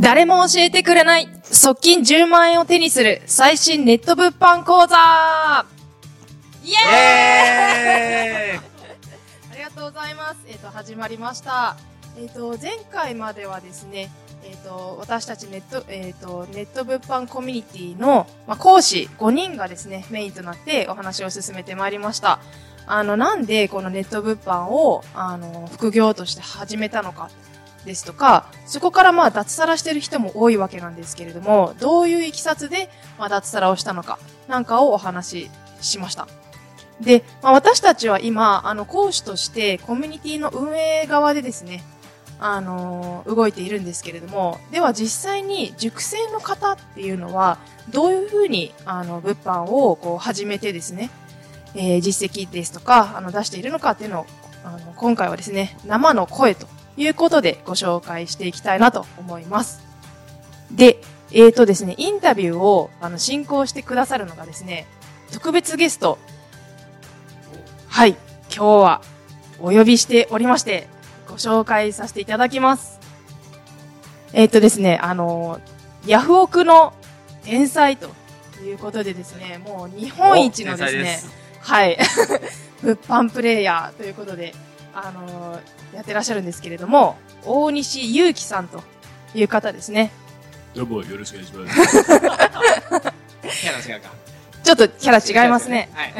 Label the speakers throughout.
Speaker 1: 誰も教えてくれない側近10万円を手にする最新ネット物販講座イエーイ
Speaker 2: え
Speaker 1: ありがとうございます。えっ、と、始まりました。えっ、と、前回まではですね、えっ、と、私たちネット、えっ、と、ネット物販コミュニティの、まあ、講師5人がですね、メインとなってお話を進めてまいりました。あの、なんでこのネット物販を、あの、副業として始めたのか。ですとか、そこからまあ脱サラしてる人も多いわけなんですけれども、どういういきさつでまあ脱サラをしたのかなんかをお話ししました。で、まあ、私たちは今、あの、講師としてコミュニティの運営側でですね、あのー動いているんですけれども、では実際に熟成の方っていうのは、どういうふうに、あの、物販をこう始めてですね、えー実績ですとか、あの、出しているのかっていうのを、あの、今回はですね、生の声ということでご紹介していきたいなと思います。で、えーとですね、インタビューを、あの、進行してくださるのがですね、特別ゲスト、はい、今日はお呼びしておりまして、ご紹介させていただきます。えーっとですね、あの、ヤフオクの天才ということでですね、もう日本一のですね、
Speaker 2: お天才です
Speaker 1: はい、 物販プレイヤーということで、あのやってらっしゃるんですけれども、大西祐樹さんという方ですね。
Speaker 3: どうもよろしくお願いします。
Speaker 2: キャラ違うか。
Speaker 1: ちょっとキャラ違いますね。。
Speaker 4: はい。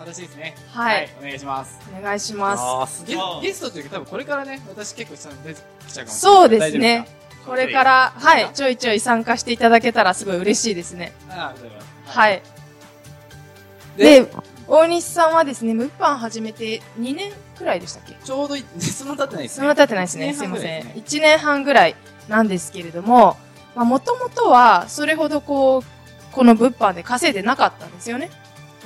Speaker 4: 私ですね。
Speaker 1: はい、
Speaker 4: お願いします。
Speaker 1: お願いします。
Speaker 2: す
Speaker 4: ゲゲストというか多分これからね、私結構したの出てきちゃうかもしれない。
Speaker 1: そうですね
Speaker 4: 大丈。
Speaker 1: これから、はい、ちょいちょい参加していただけたらすごい嬉しいですね。
Speaker 4: 夫かな。あありがとうございます。
Speaker 1: はい。で、大西さんはですね、物販始めて2年くらいでしたっけ
Speaker 4: ちょうどい、 そんな経ってないです
Speaker 1: そ
Speaker 4: ね。
Speaker 1: んな経ってないですね。
Speaker 4: 一
Speaker 1: すい
Speaker 4: 年半
Speaker 1: ま
Speaker 4: ぐら
Speaker 1: せ
Speaker 4: い
Speaker 1: ん
Speaker 4: で。すね
Speaker 1: 1年半ぐらいなんですけれども、まあ、もともとは、それほどこう、この物販で稼いでなかったんですよね。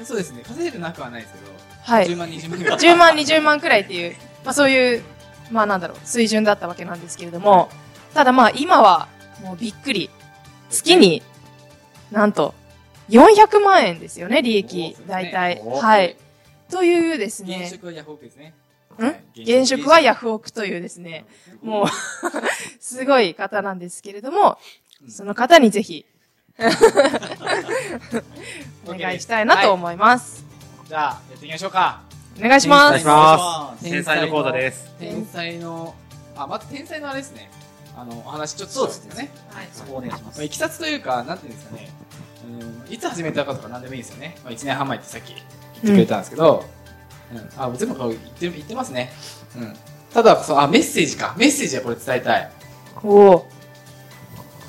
Speaker 4: そうですね。稼いでなくはないですけど、
Speaker 1: はい。
Speaker 4: 10万、20万ぐらい。
Speaker 1: 10万、20万くらいっていう、まあそういう、まあなんだろう、水準だったわけなんですけれども、ただまあ今は、もうびっくり。月に、なんと、400万円ですよね、利益、大体。
Speaker 2: お
Speaker 1: はい。というです
Speaker 4: 現
Speaker 1: ね、
Speaker 4: 職はヤフオクですね。
Speaker 1: ん
Speaker 4: はい
Speaker 1: 現職はヤフオクというですね、もう、 すごい方なんですけれども、
Speaker 4: うん
Speaker 1: その方にぜひ、 お
Speaker 4: OK
Speaker 1: 願いしたいなと思います。
Speaker 4: じゃあ、やっていきましょうか。
Speaker 1: お願いしま
Speaker 2: 願い
Speaker 1: す
Speaker 4: お願い
Speaker 2: し。ま
Speaker 4: します
Speaker 2: す。天才の講座です。
Speaker 4: 天才の、あ、まず天才のあれですね。あの、お話ちょっと
Speaker 2: そうですね
Speaker 4: ね。
Speaker 1: はい
Speaker 2: そこお願いしま
Speaker 4: まあ、いきさつというか、なんていうんですかね、うんいつ始めたかとか何でもいいですよね。まあ、1年半前ってさっき言ってくれたんですけど、うんあ全部こう言って言ってますね。うん、ただそうあ、メッセージか。メッセージはこれ伝えたい。
Speaker 1: おお。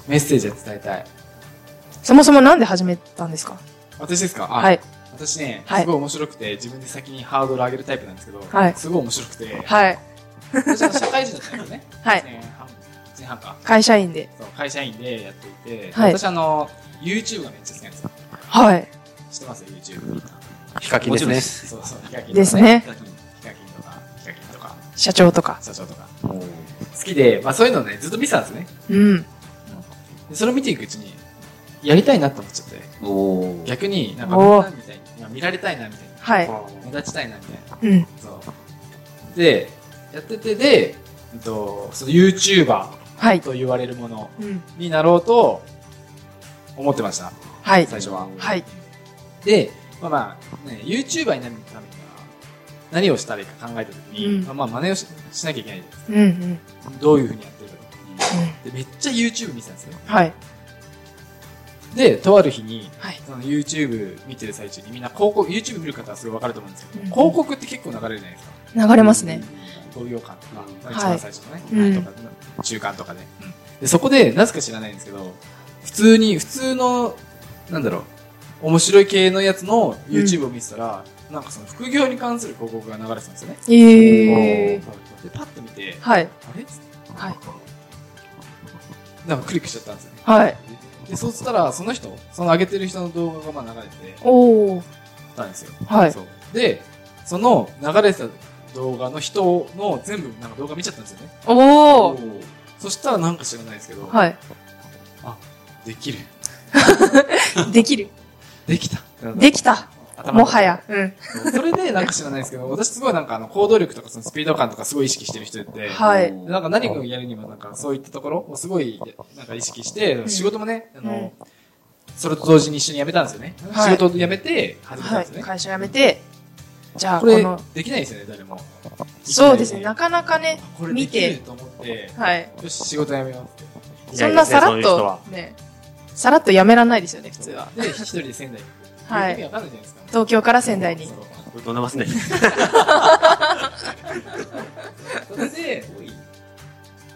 Speaker 4: メッセージは伝えたい。
Speaker 1: そもそもなんで始めたんですか
Speaker 4: 私ですかあ
Speaker 1: はい。
Speaker 4: 私ね、
Speaker 1: はい
Speaker 4: すごい面白くて、自分で先にハードル上げるタイプなんですけど、
Speaker 1: はい
Speaker 4: すごい面白くて、
Speaker 1: はい。
Speaker 4: 私は社会人だったんですよね。
Speaker 1: はい
Speaker 4: 1年半、1年半か。
Speaker 1: 会社員で。
Speaker 4: そう会社員でやっていて、
Speaker 1: はい
Speaker 4: 私あの、YouTube がめっちゃ好きなんですよ。
Speaker 1: はい。
Speaker 4: 知ってます ?YouTube。
Speaker 2: ヒカキンですね。
Speaker 4: そうそう、ヒカキンとか
Speaker 1: ですね。
Speaker 4: ヒカキンとか、ヒカキンとか、
Speaker 1: 社長とか。
Speaker 4: 社長とか。好きで、まあそういうのね、ずっと見てたんですね。
Speaker 1: うん。
Speaker 4: でそれを見ていくうちに、やりたいなって思っちゃって。
Speaker 2: おおー。
Speaker 4: 逆に、なんか
Speaker 1: おー
Speaker 4: みんなみたいに、まあ見られたいなみたいな。
Speaker 1: はい。
Speaker 4: 目立ちたいなみたいな。
Speaker 1: うん。
Speaker 4: そう。で、やってて、で、えっと、その YouTuber
Speaker 1: はい。
Speaker 4: と言われるもの
Speaker 1: うん。
Speaker 4: になろうと思ってました、
Speaker 1: はい。
Speaker 4: 最初は。
Speaker 1: はい。
Speaker 4: で、まあまあ、ね、YouTuber になるためには、何をしたらいいか考えたとき
Speaker 1: う
Speaker 4: に、
Speaker 1: ん
Speaker 4: まあまあ、真似をししなきゃいけないじゃないですか。
Speaker 1: うん。うん。
Speaker 4: どういうふうにやってるかと。で、めっちゃ YouTube 見てたんですよ。
Speaker 1: はい。
Speaker 4: で、とある日に、
Speaker 1: はい。
Speaker 4: その YouTube 見てる最中にみんな広告、YouTube 見る方はすごいわかると思うんですけど、
Speaker 1: うん
Speaker 4: 広告って結構流れるじゃないですか。
Speaker 1: 流れますね。
Speaker 4: 5秒間とか、
Speaker 2: うん
Speaker 4: まあ一番最初のね、
Speaker 1: うん
Speaker 4: とか中間とかで,、で。そこで、なぜか知らないんですけど、普通に、普通の、なんだろう、面白い系のやつの YouTube を見てたら、なんかその副業に関する広告が流れてたんですよね。
Speaker 1: ええ。
Speaker 4: で、パッと見て、
Speaker 1: はい。
Speaker 4: あれ
Speaker 1: はい。
Speaker 4: なんかクリックしちゃったんですよね。
Speaker 1: はい。
Speaker 4: で、そうしたら、その人、その上げてる人の動画がまあ流れて
Speaker 1: おお。
Speaker 4: たんですよ。
Speaker 1: はい。
Speaker 4: そうで、その流れてた動画の人の全部なんか動画見ちゃったんですよね。
Speaker 1: おお。
Speaker 4: そしたらなんか知らないですけど、
Speaker 1: はい。
Speaker 4: できる。
Speaker 1: できる。
Speaker 4: できた。
Speaker 1: できた。
Speaker 4: 頭の
Speaker 1: もはや。うん。
Speaker 4: それで、なんか知らないですけど、 私すごいなんかあの、行動力とかそのスピード感とかすごい意識してる人で、
Speaker 1: はい。
Speaker 4: でなんか何かをやるにもなんかそういったところをすごいなんか意識して、
Speaker 1: ん
Speaker 4: 仕事もね、あの、それと同時に一緒に辞めたんですよね。
Speaker 1: はい
Speaker 4: 仕事を辞めて始めたん
Speaker 1: はい
Speaker 4: ですよね。。
Speaker 1: 会社辞めて、じゃあ、こ
Speaker 4: これ
Speaker 1: の、、
Speaker 4: できないですよね、誰も。
Speaker 1: そうですね、なかなかね、
Speaker 4: これで
Speaker 1: 見
Speaker 4: きる
Speaker 1: て、
Speaker 4: と思って、
Speaker 1: はい。
Speaker 4: よし、仕事辞めようっ
Speaker 1: そんなさらっと、ね、さらっと辞めらんないですよね、普通は。
Speaker 4: て。で、一人で仙台に行く。
Speaker 1: はい
Speaker 4: 意味わかんないじゃないですか。
Speaker 1: 東京から仙台に
Speaker 4: そ。う
Speaker 2: どんなますね。
Speaker 4: それで、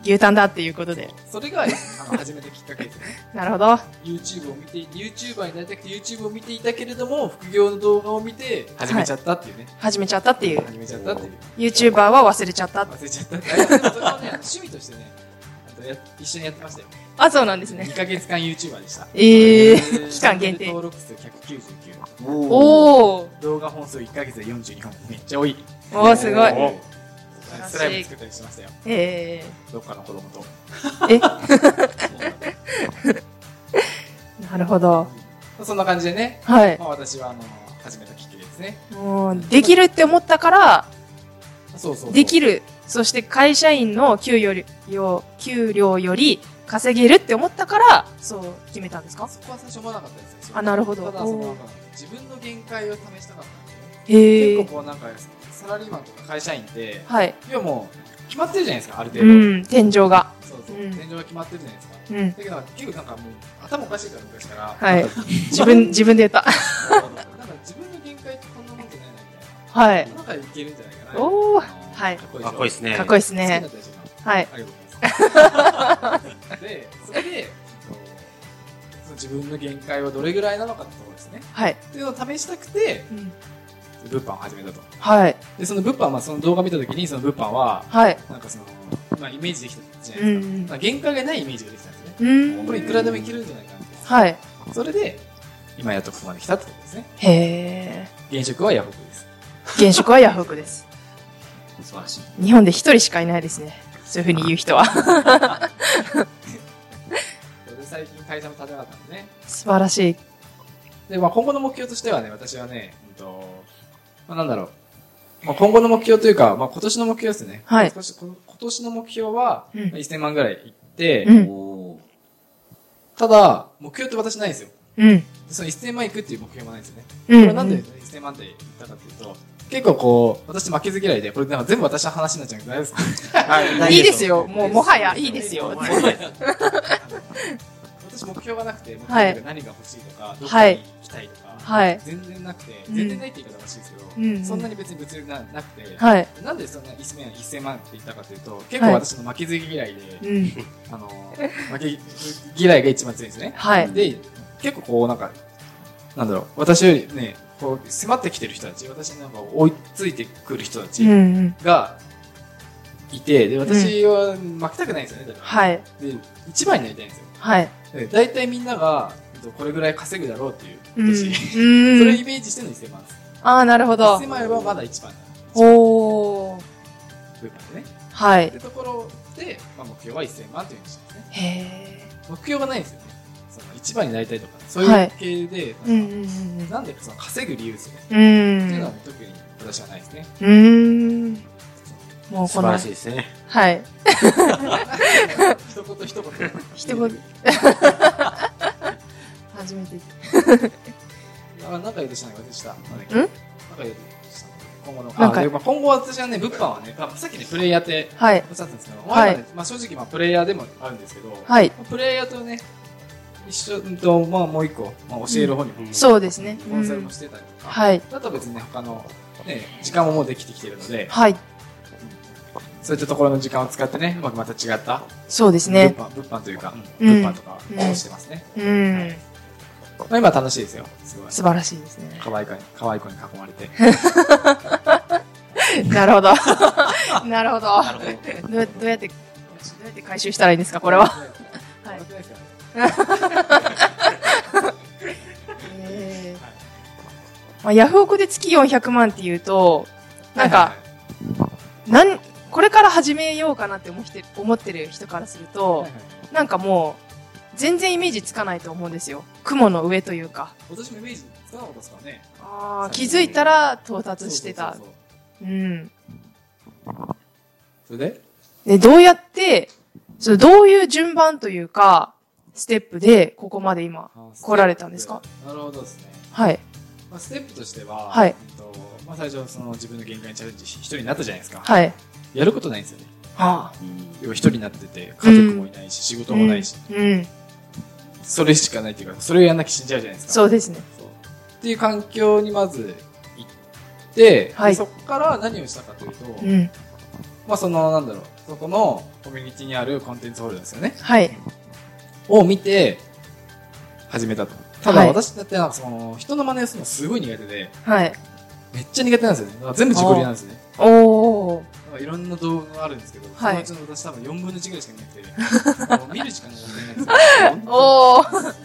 Speaker 1: 牛タンだっていうことで。
Speaker 4: それが、あの、始めたきっかけですね。
Speaker 1: なるほど。
Speaker 4: YouTube を見て、YouTuber になりたくて YouTube を見ていたけれども、副業の動画を見て、始めちゃったっていうね。
Speaker 1: 始めちゃったっていう。
Speaker 4: 始めちゃったっていう。
Speaker 1: YouTuber は忘れちゃった。
Speaker 4: 忘れちゃったって。あれそれをね、あの趣味としてね、あとや一緒にやってましたよ。
Speaker 1: あ、そうなんですね
Speaker 4: 2。ヶ月間 YouTuber でした。
Speaker 1: ええ
Speaker 4: え
Speaker 1: ー、期間限定。
Speaker 4: 登録数199。
Speaker 2: おお。
Speaker 1: おー、
Speaker 4: 動画本数1ヶ月で42本。めっちゃ多い。
Speaker 1: おーすごい。
Speaker 2: お
Speaker 4: スライム作ったりしましたよ。
Speaker 1: え
Speaker 4: どっかの子供と。
Speaker 1: えー、なるほど。
Speaker 4: そんな感じでね、
Speaker 1: はい。
Speaker 4: まあ私はあの、始めたきっかけですね。
Speaker 1: もう、できるって思ったから、
Speaker 4: そうそうそう。
Speaker 1: できる。そして会社員の給与よりよ給料より稼げるって思ったから、そう決めたんですか
Speaker 4: そこは最初思わなかったですよ
Speaker 1: あなるほど
Speaker 4: ただ
Speaker 1: お
Speaker 4: その
Speaker 1: ー
Speaker 4: 自分の限界を試したかったんですよね
Speaker 1: へ
Speaker 4: 結
Speaker 1: え
Speaker 4: 構。こうなんかサラリーマンとか会社員って
Speaker 1: はい。
Speaker 4: 要はもう決まってるじゃないですかある程
Speaker 1: う
Speaker 4: 度、
Speaker 1: ん、天井が。
Speaker 4: そうそう、
Speaker 1: うん
Speaker 4: 天井が決まってるじゃないですか
Speaker 1: うん。
Speaker 4: だけど結構なんかもう頭おかしいから昔から、
Speaker 1: はい。自分、自分で言った。
Speaker 4: なんか自分の限界ってこんなもんじゃないなみ
Speaker 1: はい
Speaker 4: たい。ななんかいけるんじゃないかな
Speaker 1: おー、
Speaker 4: あの
Speaker 1: はい
Speaker 4: かっこいい
Speaker 2: かっこいいですね。
Speaker 1: かっこいいです
Speaker 4: ね
Speaker 1: ね。はい。
Speaker 4: ありがとうございます。 で、それで、その自分の限界はどれぐらいなのかってところですね。
Speaker 1: はい。
Speaker 4: っていうのを試したくて、
Speaker 1: うん
Speaker 4: 物販を始めたと。
Speaker 1: はい。
Speaker 4: で、その物販は、その動画見たときに、その物販は、
Speaker 1: はい。
Speaker 4: なんかその、まあイメージできたじゃな
Speaker 1: う
Speaker 4: いですか。
Speaker 1: ん
Speaker 4: まあ限界がないイメージができたんですね。
Speaker 1: うん。うん。
Speaker 4: これいくらでもいけるんじゃないかなって
Speaker 1: はい。
Speaker 4: それで、今やっとここまで来たってことですね。
Speaker 1: へえ。
Speaker 4: 現職はヤフオクです。
Speaker 1: 現職はヤフオクです。
Speaker 2: 素晴らしい。
Speaker 1: 日本で一人しかいないですね。そういうふうに言う人は。
Speaker 4: それで最近会社も立てなかったんでね。
Speaker 1: 素晴らしい。
Speaker 4: で、まあ今後の目標としてはね、私はね、うんと、まあなんだろう。まあ今後の目標というか、まあ今年の目標ですね。
Speaker 1: はい
Speaker 4: 今年この今年の目標は、
Speaker 1: うん
Speaker 4: まあ1000万ぐらいいって、
Speaker 1: うん。
Speaker 2: お
Speaker 4: ただ、目標って私ないんですよ。
Speaker 1: うん。
Speaker 4: その1000万いくっていう目標もないんですよね。
Speaker 1: う
Speaker 4: こ
Speaker 1: ん。
Speaker 4: れなんで1000万って言ったかっていうと、結構こう、私負けず嫌いで、これなんか全部私の話になっちゃうんじゃない ですか。
Speaker 1: いいですよ。もう、もはや、いいです よ。
Speaker 4: 私目標がなくて、目
Speaker 1: は
Speaker 4: 標
Speaker 1: い
Speaker 4: が何が欲しいとか、どこ
Speaker 1: は
Speaker 4: に
Speaker 1: い
Speaker 4: 行きたいとか、
Speaker 1: はい。
Speaker 4: 全然なくて、
Speaker 1: うん
Speaker 4: 全然ないって言い方らしいですけど、
Speaker 1: うん
Speaker 4: そんなに別に物欲ななくて、
Speaker 1: はい。
Speaker 4: なんでそんな1000万って言ったかというと、結構私の負けず嫌いで、
Speaker 1: うん。
Speaker 4: あの、負けず嫌いが一番強いんですね。
Speaker 1: はい。
Speaker 4: で、結構こうなんか、なんだろう、私よりね、こう迫ってきてる人たち、私なんか追いついてくる人
Speaker 1: う
Speaker 4: た
Speaker 1: んう
Speaker 4: ち
Speaker 1: ん。
Speaker 4: がいて、で、私は負けたくないんですよね、だから
Speaker 1: はい。
Speaker 4: で、一番になりたいんですよ。
Speaker 1: はい。
Speaker 4: で大体みんなが、えっとこれぐらい稼ぐだろうっていう、
Speaker 1: うん。
Speaker 4: 私、それを
Speaker 1: う
Speaker 4: イ
Speaker 1: ん。
Speaker 4: メージしてるの1000万です。
Speaker 1: ああ、なるほど
Speaker 4: 1000。万あればまだ一番なの。
Speaker 1: おー。
Speaker 4: ブーパでね。
Speaker 1: はい
Speaker 4: っ。てところで、まあ、目標は1000万というふうにしてますね。
Speaker 1: へえ。
Speaker 4: 目標がないんですよね。その一番になりたいとか、そう
Speaker 1: は
Speaker 4: いう
Speaker 1: い
Speaker 4: 系で、
Speaker 1: う
Speaker 4: なん
Speaker 1: ん
Speaker 4: か
Speaker 1: うんうん
Speaker 4: なんでその稼ぐ理由ですよね。
Speaker 1: う。
Speaker 4: っていうんのは
Speaker 1: う
Speaker 4: 特に私はないですね。
Speaker 1: ーん。もうこ
Speaker 2: 素晴
Speaker 1: の
Speaker 2: らしい、ですね。
Speaker 1: はい。
Speaker 4: 一言一言。
Speaker 1: 一言。初めて。
Speaker 4: あ、なんか言うとしたのが私だ。
Speaker 1: ん
Speaker 4: なんか言うとしたの今後の。
Speaker 1: なんか
Speaker 4: あでまあ、今後は私はね、物販はね、まあさっきね、プレイヤーって
Speaker 1: はい。
Speaker 4: おっしゃったんですけど、
Speaker 1: はい
Speaker 4: まあねまあ正直、まあ、プレイヤーでもあるんですけど、
Speaker 1: はい。
Speaker 4: まあプレイヤーとね、一緒うんと、まあ、もう一個、まあ、教える方にも、
Speaker 1: そうですね。
Speaker 4: コ
Speaker 1: う
Speaker 4: ンサルも
Speaker 1: ん。
Speaker 4: してたりとか、
Speaker 1: はい。
Speaker 4: あとは別にね他の、ね、時間ももうできてきてるので、
Speaker 1: はい。
Speaker 4: そういったところの時間を使ってね、うまくまた違った、
Speaker 1: そうですね。
Speaker 4: 物販物販というか、
Speaker 1: うん
Speaker 4: 物販とかをしてますね。
Speaker 1: うん。
Speaker 4: まあ、今楽しいですよ、すごい。
Speaker 1: 素晴らしいですね。
Speaker 4: 可愛い子に、可愛い子に囲まれて。
Speaker 1: なるほど。なるほど。どうやどう やって、どうやって回収したらいいん ですか、こ れは。はい
Speaker 4: 笑ってないですよね
Speaker 1: えーまあ、ヤフオクで月400万っていうと、なんか、、なん、これから始めようかなって思って思ってる人からする
Speaker 4: はい
Speaker 1: と
Speaker 4: はい、
Speaker 1: なんかも全然イメージつかないと思うんですよ。雲の上というか。
Speaker 4: 私もイメージつかなかったですからね。
Speaker 1: あ
Speaker 4: ー
Speaker 1: 気づいたら到達してた。
Speaker 4: そうそうそう
Speaker 1: うん。
Speaker 4: そうそれで
Speaker 1: で、どうやって、そのどういう順番というか、ステップで、ここまで今。来られたんですか
Speaker 4: なるほどですね。
Speaker 1: はい。
Speaker 4: まあ、ステップとしては、
Speaker 1: はい
Speaker 4: えっとまあ、最初その自分の限界にチャレンジし一人になったじゃないですか、
Speaker 1: はい。
Speaker 4: やることないんですよね
Speaker 1: ああ。
Speaker 4: 要は一人になってて家族もいないし、仕事もないし、
Speaker 1: うん。
Speaker 4: それしかないっていうかそれをやんなきゃ死んじゃうじゃないですか
Speaker 1: そうですね。
Speaker 4: そうっていう環境にまず行って、
Speaker 1: はい
Speaker 4: でそこから何をしたかというと、
Speaker 1: うん。
Speaker 4: まあそのなんだろうそこのコミュニティにあるコンテンツホールですよね
Speaker 1: はい。
Speaker 4: を見て始めたとただ
Speaker 1: はい
Speaker 4: 私だってなんかその人の真似をするのすごい苦手で
Speaker 1: はい。
Speaker 4: めっちゃ苦手なんですよねだから全部自己流なんですね
Speaker 1: おー。
Speaker 4: まあいろんな動画があるんですけど、
Speaker 1: はい
Speaker 4: そのうちの私多分4分の1ぐらいしか見 なくて、もう見る時間がもったいないんですよ。
Speaker 1: おー。
Speaker 4: なんか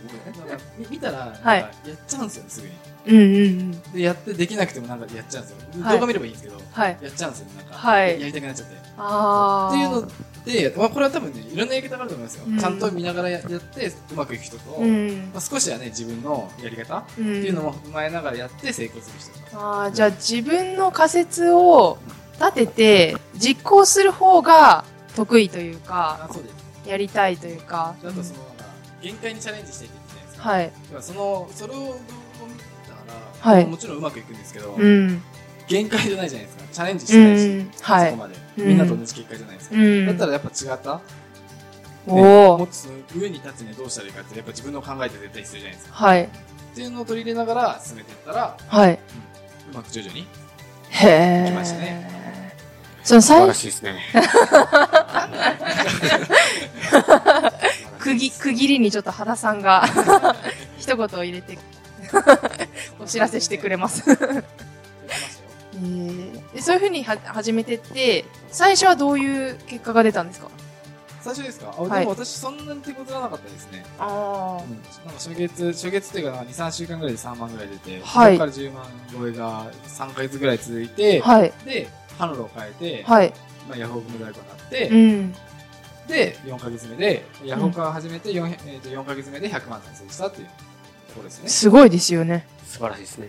Speaker 4: み見たら、なんか
Speaker 1: はい
Speaker 4: やっちゃうんですよね、すぐに。
Speaker 1: うんうんうん。
Speaker 4: で、やってできなくてもなんかやっちゃうんですよ。
Speaker 1: はい
Speaker 4: 動画見ればいいんですけど、
Speaker 1: はい。
Speaker 4: やっちゃうんですよね、なんか、
Speaker 1: はい
Speaker 4: やりたくなっちゃって。
Speaker 1: あー。
Speaker 4: っていうので、まあ、これは多分ね、いろんなやり方があると思いますよ。
Speaker 1: うん
Speaker 4: ちゃんと見ながらややって、うまくいく人と、
Speaker 1: うん
Speaker 4: ま。あ、少しはね、自分のやり方っ
Speaker 1: うん。
Speaker 4: ていうのも踏まえながらやって成功する人とか。
Speaker 1: あーじゃあ自分の仮説を立てて実行する方が得意というか
Speaker 4: あ、そうです。
Speaker 1: やりたいというか
Speaker 4: あとその、なんか限界にチャレンジしたいって言ってたじゃないですか。
Speaker 1: はい
Speaker 4: いやそのそれを動画を見たら、
Speaker 1: はい
Speaker 4: もちろんうまくいくんですけど、
Speaker 1: うん
Speaker 4: 限界じゃないじゃないですかチャレンジし
Speaker 1: う
Speaker 4: てないし、
Speaker 1: んは
Speaker 4: そこ
Speaker 1: い
Speaker 4: まで、
Speaker 1: うん
Speaker 4: みんなと同じ結果じゃないですか、
Speaker 1: うん
Speaker 4: だったらやっぱ違った、
Speaker 1: お
Speaker 4: もっ
Speaker 1: お
Speaker 4: とその上に立つにはどうしたらいいかってやっぱ自分の考えて絶対必要じゃないですか
Speaker 1: はい
Speaker 4: っていうのを取り入れながら進めていったら
Speaker 1: はいう
Speaker 4: まく徐々に
Speaker 1: へ
Speaker 4: 来ましたね
Speaker 1: えその最
Speaker 2: しいで すね。
Speaker 1: 区切区 切りにちょっと原さんが 一言を入れてお知らせしてくれますえーでそういうふうには始めてって最初はどういう結果が出たんですか
Speaker 4: 最初ですかあ、
Speaker 1: はい
Speaker 4: でも私そんなに手こずらなかったですね、
Speaker 1: あ
Speaker 4: うん、なんか初月初月っていうか23週間ぐらいで3万ぐらい出て、
Speaker 1: はい
Speaker 4: そこから10万超えが3ヶ月ぐらい続いて、
Speaker 1: はい
Speaker 4: で販路を変えて、
Speaker 1: はい
Speaker 4: まあ、ヤフオクの在庫になって、
Speaker 1: うん
Speaker 4: で、4ヶ月目で、ヤフオクを始めて 4,、えーと4ヶ月目で100万達成したっていうところで すね。
Speaker 1: すごいですよね
Speaker 2: 素晴らしいですね。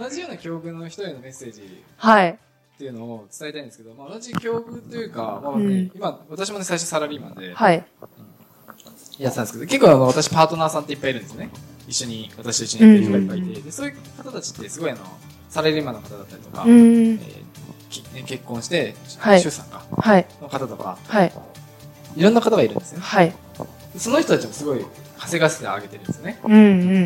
Speaker 4: 同じような境遇の人へのメッセージ
Speaker 1: はい。
Speaker 4: っていうのを伝えたいんですけど、まあ、同じ境遇というか、まあ
Speaker 1: う
Speaker 4: ね
Speaker 1: ん
Speaker 4: 今、私もね、最初サラリーマンで
Speaker 1: はい。
Speaker 4: やってたんですけど、結構あの私パートナーさんっていっぱいいるんですね。一緒に、私と一緒にやってる人がいっぱいいて、でそういう方たちってすごいあの、サラリーマンの方だったりとか、
Speaker 1: う
Speaker 4: え
Speaker 1: ん。
Speaker 4: ーきね結婚して、
Speaker 1: はい
Speaker 4: 出産か、
Speaker 1: はい。
Speaker 4: の方とか、
Speaker 1: はい。
Speaker 4: いろんな方がいるんですよ。
Speaker 1: はい。
Speaker 4: その人たちもすごい稼がせてあげてるんですね。
Speaker 1: うんうん。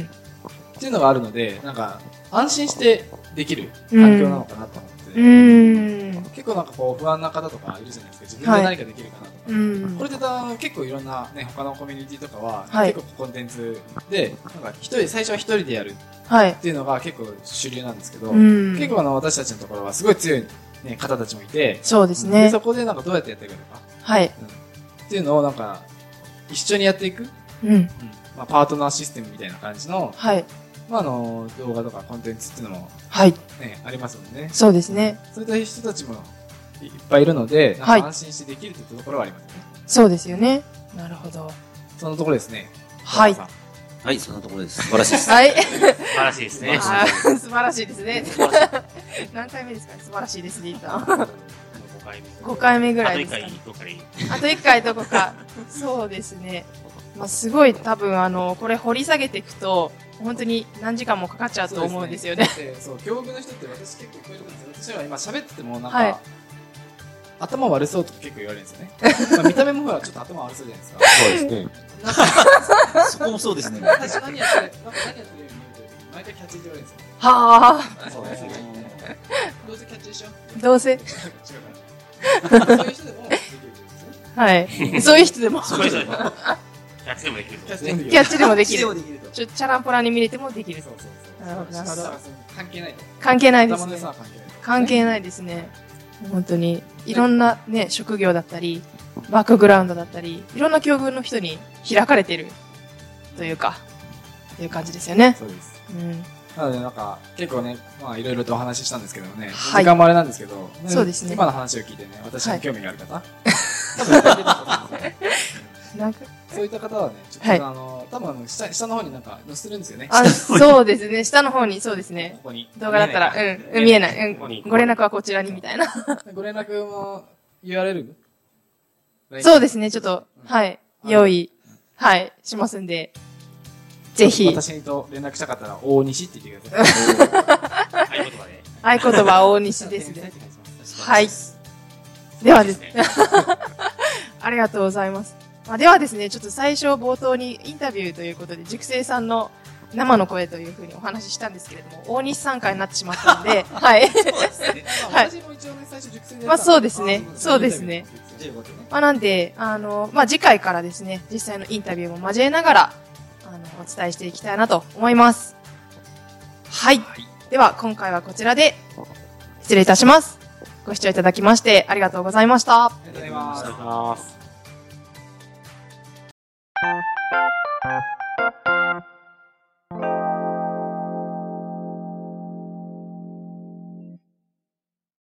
Speaker 4: っていうのがあるので、なんか、安心してできる環境なのかなと思って、
Speaker 1: うーん。
Speaker 4: 結構なんかこう不安な方とかいるじゃないですか、自分で何かできるかなとか。
Speaker 1: うん
Speaker 4: こ。れでだ結構いろんなね、他のコミュニティとかは、
Speaker 1: はい
Speaker 4: 結構コンテンツで、なんか一人、最初は一人でやる
Speaker 1: はい。
Speaker 4: っていうのが結構主流なんですけど、
Speaker 1: うん。
Speaker 4: 結構あの私たちのところはすごい強い、ね、方たちもいて、
Speaker 1: そうです
Speaker 4: で
Speaker 1: ね。
Speaker 4: そこでなんかどうやってやっていくのか
Speaker 1: はい。
Speaker 4: っていうのをなんか一緒にやっていく、
Speaker 1: うん。
Speaker 4: まあ、パートナーシステムみたいな感じの
Speaker 1: はい。
Speaker 4: まあ、あの動画とかコンテンツっていうのも、
Speaker 1: はい。
Speaker 4: ね、ありますもんね。
Speaker 1: そうですね。
Speaker 4: そういった人たちもいっぱいいるので、
Speaker 1: は
Speaker 4: ないんか安心してできるっていうところはありますね。
Speaker 1: そうですよね。なるほど。
Speaker 4: そのところですね。
Speaker 1: はい
Speaker 4: 田中さん
Speaker 2: はい、そんなところです。素晴らしいです。
Speaker 1: はい。
Speaker 2: 素晴らしいですね。
Speaker 1: あー素晴らしいですね。
Speaker 2: 素晴らし い。
Speaker 1: 何回目ですかね素晴らしいですね。今
Speaker 2: 5回目。
Speaker 1: 5回目ぐらい
Speaker 2: で
Speaker 1: ですすかね
Speaker 2: あと1回、どっかでい
Speaker 1: あ
Speaker 2: い。
Speaker 1: と1回どこか。そうですね。まあ、すごい多分あの、これ掘り下げていくと、本当に何時間もかかっちゃうと思うんですよね。
Speaker 4: そうでそう、境遇の人って私結構いっぱいいるんですよ。私は今喋っててもなんか、
Speaker 1: はい
Speaker 4: 頭悪そうとか結構言われるんです よね。まあ、見た目もほら、ちょっと頭悪そうじゃないですか。
Speaker 2: そうですね。
Speaker 4: なんか、
Speaker 2: そこもそうですね。
Speaker 4: 最初何やってる、なんか何やってるように見えて、毎回キャッチって言われるんですよ。
Speaker 1: はあ。
Speaker 2: そうですね。
Speaker 4: どうせキャッチでしょ
Speaker 1: どうせ。
Speaker 4: 違うから。そういう人でもできるんですね。
Speaker 1: はい。そういう人でも。
Speaker 2: すごいそうですね。100でもできる
Speaker 4: キャッチで
Speaker 2: とね。
Speaker 4: もでき
Speaker 1: キャ
Speaker 4: る。
Speaker 1: ッチでもでき
Speaker 2: 100で
Speaker 1: る。
Speaker 2: もできると。
Speaker 1: ちょ、チャランポランに見れてもできる。
Speaker 4: そうそうそう。
Speaker 1: なるほどなるほど
Speaker 4: 関係ないと。
Speaker 1: 関係ないで
Speaker 4: 頭
Speaker 1: す
Speaker 4: の良
Speaker 1: ね。
Speaker 4: さは関係ない。
Speaker 1: 関係ないですね。本当に。いろんなね、職業だったり、バックグラウンドだったり、いろんな境遇の人に開かれてる。というか、という感じですよね。
Speaker 4: そうです。
Speaker 1: うん。
Speaker 4: なので、なんか、結構ね、まあ、いろいろとお話ししたんですけどね、
Speaker 1: はい
Speaker 4: 時間もあれなんですけど、
Speaker 1: そうですね
Speaker 4: 今の話を聞いてね、私
Speaker 1: は
Speaker 4: に
Speaker 1: い
Speaker 4: 興味がある方、多分いっぱい出てきたと思うんですよ
Speaker 1: なんか
Speaker 4: そういった方はね、ちょっ
Speaker 1: はい
Speaker 4: とあの、多分あの下下の方になんか載せてるんですよね。
Speaker 1: あ、そうですね。下の方に、そうですね。
Speaker 4: ここに。
Speaker 1: 動画だったら、
Speaker 4: 見え
Speaker 1: うんうん、見えない。
Speaker 2: ここに
Speaker 1: うん。ご連絡はこちらに、みたいな。
Speaker 4: ないかご連絡も URL?
Speaker 1: そう
Speaker 4: で
Speaker 1: ですね、ちょっと、
Speaker 4: うん
Speaker 1: はい、
Speaker 4: はい
Speaker 1: 用意、はい、しますんで、ぜひ、
Speaker 4: 私と連絡したかったら、大西って言ってくだ さい。
Speaker 2: 合言葉で。
Speaker 1: 合言葉大西ですね。はい。では ですね、ありがとうございます。まあ、ではですね、ちょっと最初冒頭にインタビューということで、熟成さんの生の声というふうにお話ししたんですけれども、大西さん会になってしまったん で、はい。
Speaker 4: まあ私も一応ね、最初熟成でやったんで
Speaker 1: まあそうですね
Speaker 4: あ
Speaker 1: そうですね
Speaker 2: じゃあよかったね
Speaker 1: まあ、なんで、あの、まあ、次回からですね、実際のインタビューも交えながら、あの、お伝えしていきたいなと思います。はい。では、今回はこちらで、失礼いたします。ご視聴いただきまして、ありがとうございました。
Speaker 4: ありがとうございます。
Speaker 2: ありがとうございます。